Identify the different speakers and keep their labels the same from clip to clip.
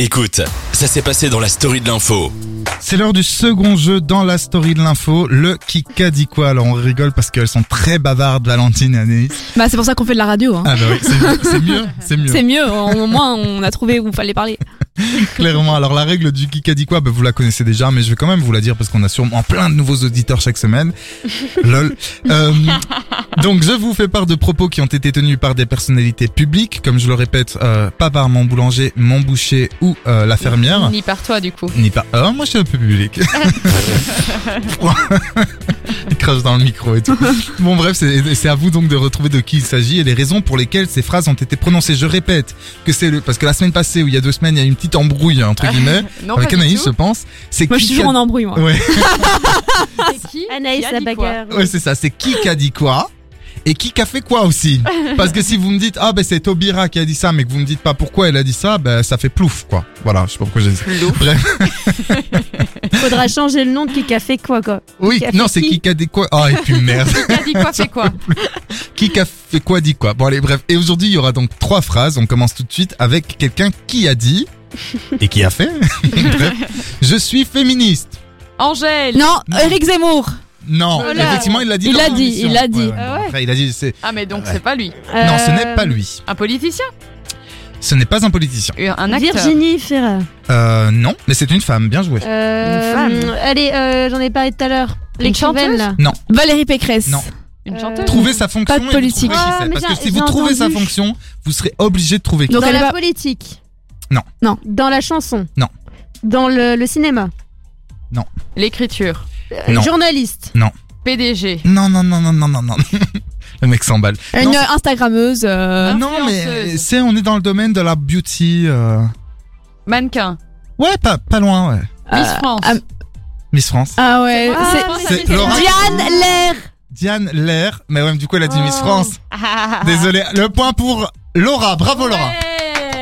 Speaker 1: Écoute, ça s'est passé dans la story de l'info.
Speaker 2: C'est l'heure du second jeu dans la story de l'info, le qui qu'a dit quoi. Alors on rigole parce qu'elles sont très bavardes, Valentine et Anaïs.
Speaker 3: Bah, c'est pour ça qu'on fait de la radio. Hein.
Speaker 2: Ah bah oui, c'est c'est mieux, c'est mieux,
Speaker 3: C'est mieux, au moins on a trouvé où fallait parler.
Speaker 2: clairement. Alors la règle du qui qu'a dit quoi, bah, vous la connaissez déjà, mais je vais quand même vous la dire parce qu'on a sûrement plein de nouveaux auditeurs chaque semaine. Lol. Euh, donc je vous fais part de propos qui ont été tenus par des personnalités publiques, comme je le répète, euh, pas par mon boulanger, mon boucher ou euh, la fermière.
Speaker 4: Ni par toi, du coup.
Speaker 2: Ni pas. Ah, moi, je suis un peu public. Il crache dans le micro et tout. Bon, bref, c'est c'est à vous donc de retrouver de qui il s'agit et les raisons pour lesquelles ces phrases ont été prononcées. Je répète que c'est le, parce que la semaine passée ou il y a deux semaines, il y a eu une petite embrouille, hein, entre guillemets,
Speaker 4: Non,
Speaker 2: avec
Speaker 4: pas du
Speaker 2: Anaïs,
Speaker 4: tout.
Speaker 2: je pense. C'est
Speaker 3: Moi je suis
Speaker 2: qui
Speaker 3: toujours en
Speaker 2: a-
Speaker 3: embrouille moi.
Speaker 2: Ouais,
Speaker 4: C'est qui
Speaker 5: Anaïs
Speaker 4: qui a
Speaker 5: la
Speaker 4: dit quoi
Speaker 5: bagarre.
Speaker 2: ouais, c'est ça. C'est qui qui a dit quoi? Et qui qui a fait quoi aussi Parce que si vous me dites ah ben c'est Taubira qui a dit ça mais que vous me dites pas pourquoi elle a dit ça ben ça fait plouf quoi voilà je sais pas pourquoi j'ai dit ça.
Speaker 5: Faudra changer le nom de qui a fait quoi quoi.
Speaker 2: oui
Speaker 5: Qui a
Speaker 2: non
Speaker 5: fait
Speaker 2: c'est
Speaker 5: qui
Speaker 2: qui qui a dit quoi ah et puis merde
Speaker 4: Qui a dit quoi, fait quoi
Speaker 2: Qui a fait quoi dit quoi Bon allez bref. Et aujourd'hui il y aura donc trois phrases. On commence tout de suite avec quelqu'un qui a dit et qui a fait. Bref. Je suis féministe.
Speaker 4: Angèle
Speaker 3: Non, Eric Zemmour.
Speaker 2: Non,
Speaker 4: Voilà.
Speaker 2: effectivement il l'a dit.
Speaker 3: Il
Speaker 2: dans
Speaker 3: l'a
Speaker 2: son
Speaker 3: dit,
Speaker 2: émission.
Speaker 3: il l'a dit.
Speaker 2: bon,
Speaker 4: Ah ouais.
Speaker 2: après, il a dit. c'est-
Speaker 4: Ah, mais donc
Speaker 2: Ouais.
Speaker 4: c'est pas lui.
Speaker 2: Non, ce
Speaker 5: Euh,
Speaker 2: n'est pas lui.
Speaker 4: Un politicien
Speaker 2: Ce n'est pas un politicien.
Speaker 4: Un acteur
Speaker 5: Virginie Ferrer.
Speaker 2: Euh, non, mais c'est une femme. Bien joué.
Speaker 5: Euh,
Speaker 4: Une femme.
Speaker 5: Allez, euh, j'en ai parlé tout à l'heure.
Speaker 4: Une
Speaker 5: Les
Speaker 4: chanteuse
Speaker 5: là.
Speaker 3: Valérie Pécresse.
Speaker 2: Non.
Speaker 4: Une
Speaker 5: Euh,
Speaker 4: chanteuse
Speaker 2: Trouvez sa fonction.
Speaker 3: Pas de
Speaker 2: et vous
Speaker 3: politique.
Speaker 2: trouvez qui
Speaker 5: Ah,
Speaker 2: c'est.
Speaker 5: mais
Speaker 2: Parce que
Speaker 5: j'ai-
Speaker 2: si vous
Speaker 5: j'ai
Speaker 2: trouvez sa
Speaker 5: entendu.
Speaker 2: fonction, vous serez obligé de trouver. qui.
Speaker 3: Donc
Speaker 5: Dans
Speaker 3: elle
Speaker 5: la
Speaker 3: va-
Speaker 5: politique.
Speaker 2: Non.
Speaker 3: Non.
Speaker 5: Dans la chanson.
Speaker 2: Non.
Speaker 5: Dans le, le cinéma.
Speaker 4: L'écriture
Speaker 5: Euh,
Speaker 2: Non.
Speaker 5: Journaliste.
Speaker 4: PDG
Speaker 2: Non, non, non, non, non, non, non. Le mec s'emballe.
Speaker 3: Une
Speaker 2: Non,
Speaker 3: euh, Instagrammeuse. euh,
Speaker 2: non, mais
Speaker 4: influenceuse.
Speaker 2: c'est on est dans le domaine de la beauty. euh,
Speaker 4: Mannequin
Speaker 2: Ouais, pas, pas loin, ouais.
Speaker 4: Miss
Speaker 3: euh,
Speaker 4: France
Speaker 3: ah,
Speaker 2: Miss France.
Speaker 3: Ah ouais,
Speaker 5: Ah,
Speaker 3: c'est-
Speaker 5: je pensais
Speaker 2: c'est
Speaker 5: que c'était-
Speaker 2: Laura.
Speaker 3: Diane Lair.
Speaker 2: Diane Lair. Mais ouais, mais du coup, elle a dit
Speaker 5: Oh.
Speaker 2: Miss France.
Speaker 5: ah,
Speaker 4: Ah.
Speaker 2: Désolé. Le point pour Laura. Bravo, Laura.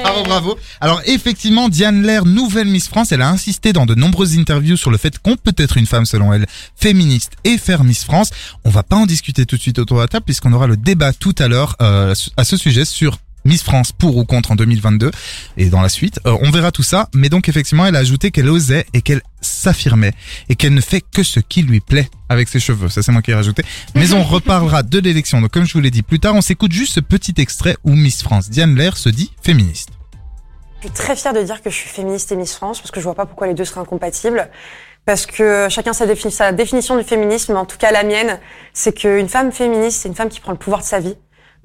Speaker 2: Bravo, bravo. Alors, effectivement, Diane Lair, nouvelle Miss France, elle a insisté dans de nombreuses interviews sur le fait qu'on peut être une femme, selon elle, féministe et faire Miss France. On va pas en discuter tout de suite autour de la table puisqu'on aura le débat tout à l'heure euh, à ce sujet sur Miss France pour ou contre en 2022 et dans la suite. Euh, on verra tout ça. Mais donc, effectivement, elle a ajouté qu'elle osait et qu'elle s'affirmait et qu'elle ne fait que ce qui lui plaît avec ses cheveux. Ça, c'est moi qui ai rajouté. Mais on reparlera de l'élection. Donc, comme je vous l'ai dit plus tard, on s'écoute juste ce petit extrait où Miss France, Diane Lair, se dit féministe.
Speaker 6: Je suis très fière de dire que je suis féministe et Miss France parce que je vois pas pourquoi les deux seraient incompatibles. Parce que chacun sa, défi- sa définition du féminisme, mais en tout cas la mienne, c'est qu'une femme féministe, c'est une femme qui prend le pouvoir de sa vie,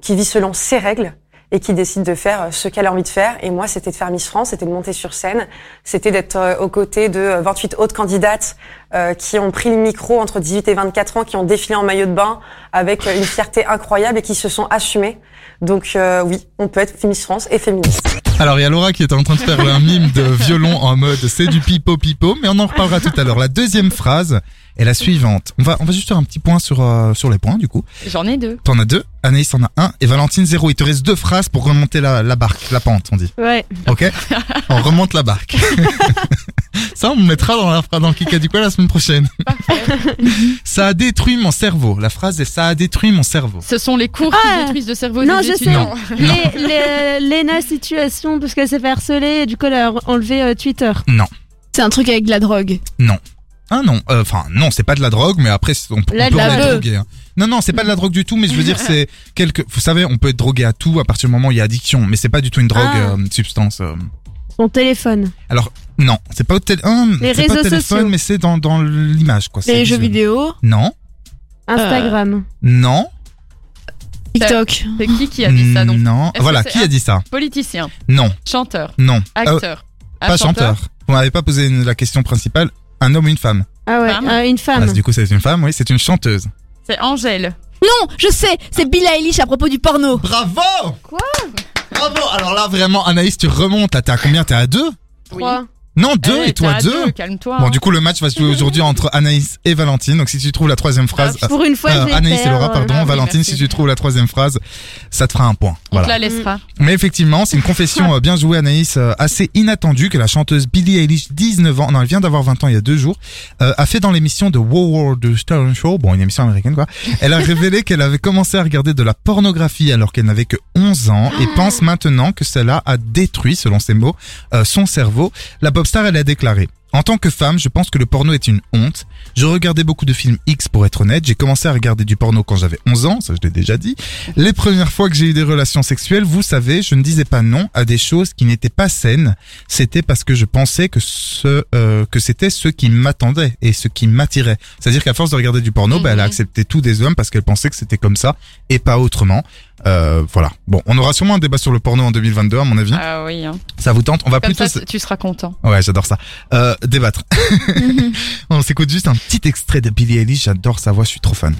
Speaker 6: qui vit selon ses règles et qui décide de faire euh, ce qu'elle a envie de faire. Et moi, c'était de faire Miss France, c'était de monter sur scène, c'était d'être euh, aux côtés de euh, 28 autres candidates euh, qui ont pris le micro entre 18 et 24 ans, qui ont défilé en maillot de bain avec euh, une fierté incroyable et qui se sont assumées. Donc euh, oui, on peut être Miss France et féministe.
Speaker 2: Alors il y a Laura qui est en train de faire un mime de violon en mode c'est du pipo pipo, mais on en reparlera tout à l'heure. La deuxième phrase est la suivante. On va on va juste faire un petit point sur euh, sur les points du coup.
Speaker 4: J'en ai deux.
Speaker 2: T'en as deux, Anaïs en a un et Valentine zéro. Il te reste deux phrases pour remonter la la barque, la pente on dit.
Speaker 5: Ouais.
Speaker 2: Ok On remonte la barque. Ça on mettra dans la phrase dans le Kika du quoi la semaine prochaine. ça a détruit mon cerveau. La phrase est ça a détruit mon cerveau.
Speaker 4: Ce sont les cours qui
Speaker 5: Ah.
Speaker 4: détruisent le cerveau
Speaker 5: Non,
Speaker 4: des
Speaker 5: je sais.
Speaker 4: étudiants.
Speaker 5: Les, les, Lena situation parce qu'elle s'est fait harceler et du coup elle a enlevé euh, Twitter.
Speaker 3: C'est un truc avec de la drogue.
Speaker 2: Ah non, euh, enfin non, c'est pas de la drogue, mais après c'est- on, peut-
Speaker 5: Là,
Speaker 2: on
Speaker 5: de
Speaker 2: peut
Speaker 5: la
Speaker 2: être
Speaker 3: beuh.
Speaker 2: drogué. hein. Non non, c'est pas de la drogue du tout, mais je veux dire c'est quelque. Vous savez, on peut être drogué à tout à partir du moment où il y a addiction, mais c'est pas du tout une drogue
Speaker 5: Ah.
Speaker 2: euh, substance. euh.
Speaker 5: Son téléphone.
Speaker 2: Non, c'est pas au tél- hein,
Speaker 5: Les
Speaker 2: c'est pas au
Speaker 5: réseaux
Speaker 2: téléphone,
Speaker 5: sociaux.
Speaker 2: mais c'est dans dans l'image quoi. c'est
Speaker 3: Les jeux
Speaker 2: visuel.
Speaker 3: vidéo,
Speaker 4: Euh.
Speaker 2: Non,
Speaker 3: Ah.
Speaker 5: Instagram.
Speaker 2: non,
Speaker 3: TikTok.
Speaker 4: C'est qui qui a dit ça donc
Speaker 2: non.
Speaker 4: Est-ce
Speaker 2: Voilà,
Speaker 4: que c'est
Speaker 2: qui a
Speaker 4: un-
Speaker 2: dit ça
Speaker 4: Politicien,
Speaker 2: Non,
Speaker 4: chanteur,
Speaker 2: non. Euh,
Speaker 4: acteur. Un
Speaker 2: pas chanteur. Vous m'avez pas posé une- la question principale. Un homme ou une femme
Speaker 5: Ah ouais,
Speaker 4: Femme.
Speaker 5: euh, une femme.
Speaker 2: Ah, Du coup, c'est une femme. Oui, c'est une chanteuse.
Speaker 4: C'est Angèle.
Speaker 3: Non, je sais, c'est Billie Eilish à propos du porno.
Speaker 2: Bravo Quoi Bravo Alors là, vraiment, Anaïs, tu remontes. là, T'es à combien T'es à deux
Speaker 4: Oui.
Speaker 3: Ah,
Speaker 5: Trois.
Speaker 2: Non, deux
Speaker 4: Eh,
Speaker 2: et toi
Speaker 4: t'as Ah.
Speaker 2: deux.
Speaker 4: Calme-toi.
Speaker 2: Bon, du coup, le match va se jouer aujourd'hui entre Anaïs et Valentine. Donc, si tu trouves la troisième phrase,
Speaker 5: Pour une fois,
Speaker 2: euh,
Speaker 5: je vais
Speaker 2: Anaïs et
Speaker 5: faire,
Speaker 2: Laura,
Speaker 5: euh,
Speaker 2: pardon,
Speaker 4: Ah oui,
Speaker 2: Valentine,
Speaker 4: merci.
Speaker 2: si tu trouves la troisième phrase, ça te fera un point.
Speaker 4: On te
Speaker 2: Voilà. Hmm.
Speaker 4: la laissera.
Speaker 2: Mais effectivement, c'est une confession euh, bien jouée, Anaïs, euh, assez inattendue que la chanteuse Billie Eilish, 19 ans, non, elle vient d'avoir 20 ans il y a deux jours, euh, a fait dans l'émission de Wow World The Stern Show, bon, une émission américaine quoi. Elle a révélé qu'elle avait commencé à regarder de la pornographie alors qu'elle n'avait que 11 ans
Speaker 4: Ah.
Speaker 2: et pense maintenant que cela a détruit, selon ses mots, euh, son cerveau. La popstar, elle a déclaré. En tant que femme, je pense que le porno est une honte. Je regardais beaucoup de films X pour être honnête. J'ai commencé à regarder du porno quand j'avais 11 ans, ça je l'ai déjà dit. Les premières fois que j'ai eu des relations sexuelles, vous savez, je ne disais pas non à des choses qui n'étaient pas saines. C'était parce que je pensais que ce euh, que c'était ce qui m'attendait et ce qui m'attirait. C'est-à-dire qu'à force de regarder du porno, bah, elle a
Speaker 4: Mhm.
Speaker 2: accepté tout des hommes parce qu'elle pensait que c'était comme ça et pas autrement. Euh, voilà. Bon, on aura sûrement un débat sur le porno en 2022 à mon avis.
Speaker 4: Ah oui. hein.
Speaker 2: Ça vous tente On va
Speaker 4: Comme
Speaker 2: plutôt
Speaker 4: ça,
Speaker 2: se-
Speaker 4: tu- tu seras content.
Speaker 2: Ouais, j'adore ça. Euh, débattre.
Speaker 3: Mhm.
Speaker 2: On s'écoute juste un petit extrait de Billie Eilish. J'adore sa voix, je suis trop fan.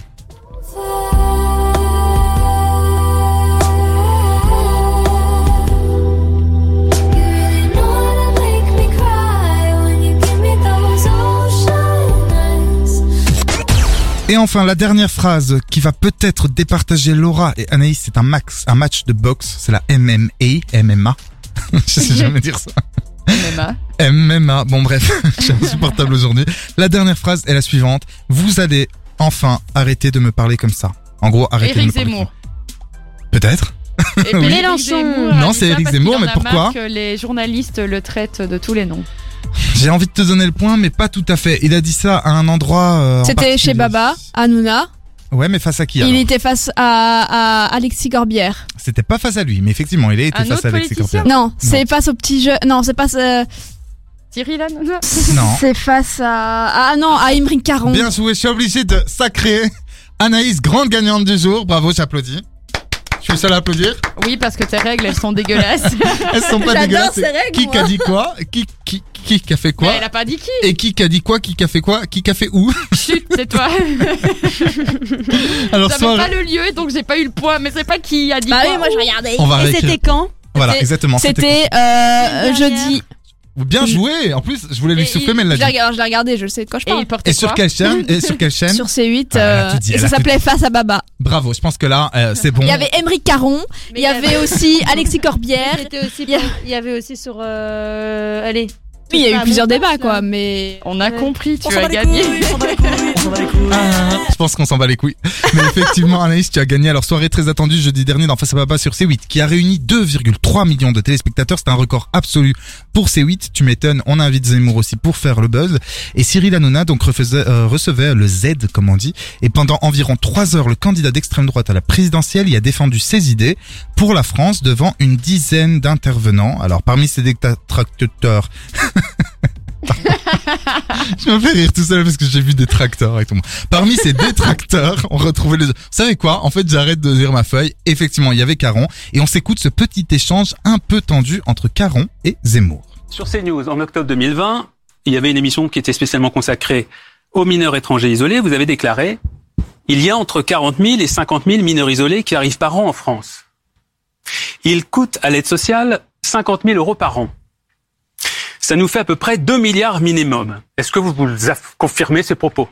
Speaker 2: Et enfin, la dernière phrase qui va peut-être départager Laura et Anaïs, c'est un max, un match de boxe. C'est la MMA, MMA. je sais jamais dire ça.
Speaker 4: MMA.
Speaker 2: MMA. Bon, bref, je suis insupportable aujourd'hui. La dernière phrase est la suivante. Vous allez enfin arrêter de me parler comme ça. En gros, arrêtez
Speaker 4: Éric
Speaker 2: de me parler.
Speaker 4: Zemmour.
Speaker 2: comme- Peut-être.
Speaker 4: Et puis Éric
Speaker 5: Mélenchon.
Speaker 4: Zemmour a
Speaker 2: Non,
Speaker 4: dit
Speaker 2: c'est
Speaker 4: ça
Speaker 2: Éric
Speaker 4: parce
Speaker 2: Zemmour,
Speaker 4: qu'il en
Speaker 2: mais
Speaker 4: a
Speaker 2: pourquoi
Speaker 4: marre que les journalistes le traitent de tous les noms.
Speaker 2: J'ai envie de te donner le point, mais pas tout à fait. Il a dit ça à un endroit. euh, en
Speaker 3: C'était
Speaker 2: particulier.
Speaker 3: chez Baba, Hanouna.
Speaker 2: Ouais, mais face à qui
Speaker 3: Il
Speaker 2: alors
Speaker 3: était face à, à Alexis Corbière.
Speaker 2: C'était pas face à lui, mais effectivement, il a été
Speaker 4: Un
Speaker 2: face
Speaker 4: autre
Speaker 2: à Alexis
Speaker 4: politicien
Speaker 2: Corbière.
Speaker 3: Non, c'est face au petit jeu. Non, c'est pas. euh,
Speaker 4: Thierry Lann
Speaker 2: Non.
Speaker 3: C'est face à. Ah non, à Imri Caron.
Speaker 2: Bien joué, je suis obligé de sacrer Anaïs, grande gagnante du jour. Bravo, j'applaudis. Je suis le seul à applaudir.
Speaker 4: Oui, parce que tes règles, elles sont dégueulasses.
Speaker 2: Elles sont pas
Speaker 3: J'adore
Speaker 2: dégueulasses.
Speaker 3: ces règles,
Speaker 2: Qui
Speaker 3: moi.
Speaker 2: a dit quoi Qui qui qui qui a fait quoi
Speaker 4: Mais elle a pas dit qui
Speaker 2: Et qui qui a dit quoi Qui qui a fait quoi Qui qui a fait où
Speaker 4: Chut, c'est toi.
Speaker 2: Alors
Speaker 4: J'avais
Speaker 2: soit
Speaker 4: pas le lieu, donc j'ai pas eu le point, mais c'est pas qui a dit
Speaker 3: Bah
Speaker 4: quoi.
Speaker 3: oui, moi je regardais.
Speaker 2: on va
Speaker 5: Et
Speaker 2: réécrire.
Speaker 5: c'était quand
Speaker 2: Voilà,
Speaker 3: c'était-
Speaker 2: exactement.
Speaker 3: C'était euh, jeudi.
Speaker 2: bien joué. En plus, je voulais lui
Speaker 4: Et
Speaker 2: souffler, mais
Speaker 3: Je
Speaker 2: elle l'a
Speaker 3: l'ai
Speaker 2: dit.
Speaker 3: regardé, je l'ai regardé, je sais de quoi je
Speaker 4: Et
Speaker 3: parle.
Speaker 4: il portait
Speaker 2: Et sur
Speaker 4: quoi
Speaker 2: quelle chaîne Et sur quelle chaîne
Speaker 3: Sur C8,
Speaker 2: Ah, elle a
Speaker 3: euh,
Speaker 2: tout dit,
Speaker 3: et
Speaker 2: elle
Speaker 3: ça
Speaker 2: a tout
Speaker 3: s'appelait Face à Baba.
Speaker 2: Bravo. Je pense que là, euh, c'est bon.
Speaker 3: Il y avait Emery Caron, il y avait aussi Alexis Corbière.
Speaker 5: C'était aussi
Speaker 3: Il y a-
Speaker 5: pour- Il y avait aussi sur. euh, Allez.
Speaker 3: Oui, il y a eu
Speaker 5: Ah,
Speaker 3: plusieurs
Speaker 5: bon,
Speaker 3: débats,
Speaker 5: ça.
Speaker 3: quoi, mais.
Speaker 4: On a
Speaker 5: Ouais.
Speaker 4: compris, tu as gagné.
Speaker 2: Ah, je pense qu'on s'en bat les couilles. Mais effectivement, Anaïs, tu as gagné. Alors, soirée très attendue jeudi dernier dans Face à Papa sur C8, qui a réuni 2,3 millions de téléspectateurs. C'est un record absolu pour C8. Tu m'étonnes. On invite Zemmour aussi pour faire le buzz. Et Cyril Hanouna, donc, refaisait- euh, recevait le Z, comme on dit. Et pendant environ 3 heures, le candidat d'extrême droite à la présidentielle y a défendu ses idées pour la France devant une dizaine d'intervenants. Alors, parmi ces détracteurs, je me fais rire tout seul parce que j'ai vu des tracteurs avec tout le monde. Parmi ces détracteurs, on retrouvait les... Vous savez quoi En fait, j'arrête de lire ma feuille. Effectivement, il y avait Caron. Et on s'écoute ce petit échange un peu tendu entre Caron et Zemmour.
Speaker 7: Sur CNews, en octobre 2020, il y avait une émission qui était spécialement consacrée aux mineurs étrangers isolés. Vous avez déclaré il y a entre 40 000 et 50 000 mineurs isolés qui arrivent par an en France. Ils coûtent à l'aide sociale 50 000 euros par an. Ça nous fait à peu près 2 milliards minimum. Est-ce que vous vous aff- confirmez ces propos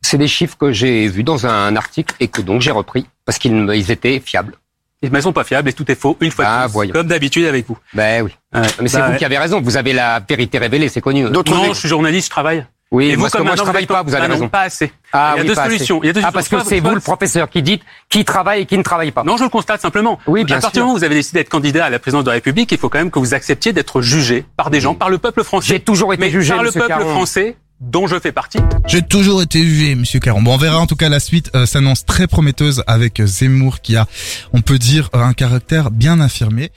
Speaker 8: C'est des chiffres que j'ai vus dans un article et que donc j'ai repris parce qu'ils me- ils étaient fiables.
Speaker 7: Ils ne sont pas fiables et tout est faux, une fois de
Speaker 8: Ah,
Speaker 7: plus,
Speaker 8: voyons.
Speaker 7: comme d'habitude avec vous.
Speaker 8: Ben oui.
Speaker 7: Ouais,
Speaker 8: Mais c'est
Speaker 7: bah,
Speaker 8: vous
Speaker 7: ouais.
Speaker 8: qui avez raison. Vous avez la vérité révélée, c'est connu.
Speaker 7: Non, je suis journaliste, je travaille.
Speaker 8: Oui,
Speaker 7: vous,
Speaker 8: parce que
Speaker 7: comme
Speaker 8: moi je
Speaker 7: maintenant,
Speaker 8: travaille
Speaker 7: êtes en-
Speaker 8: pas. Vous avez
Speaker 7: Ah non,
Speaker 8: raison.
Speaker 7: pas assez.
Speaker 8: Ah
Speaker 7: il y a
Speaker 8: oui,
Speaker 7: deux
Speaker 8: pas assez.
Speaker 7: solutions, il y a deux
Speaker 8: Ah
Speaker 7: solutions.
Speaker 8: parce que
Speaker 7: Soit-
Speaker 8: c'est vous
Speaker 7: soit-
Speaker 8: le professeur qui dites qui travaille et qui ne travaille pas.
Speaker 7: Non, je le constate simplement.
Speaker 8: Oui, bien
Speaker 7: à partir
Speaker 8: sûr.
Speaker 7: du moment où vous avez décidé d'être candidat à la présidence de la République, il faut quand même que vous acceptiez d'être jugé par des gens, par le peuple
Speaker 8: J'ai
Speaker 7: français.
Speaker 8: toujours été
Speaker 7: Mais
Speaker 8: jugé,
Speaker 7: par le
Speaker 8: monsieur
Speaker 7: peuple
Speaker 8: Caron.
Speaker 7: français dont je fais partie.
Speaker 2: J'ai toujours été jugé, monsieur Caron. Bon, on verra en tout cas la suite. euh, S'annonce très prometteuse avec Zemmour qui a, on peut dire, euh, un caractère bien affirmé.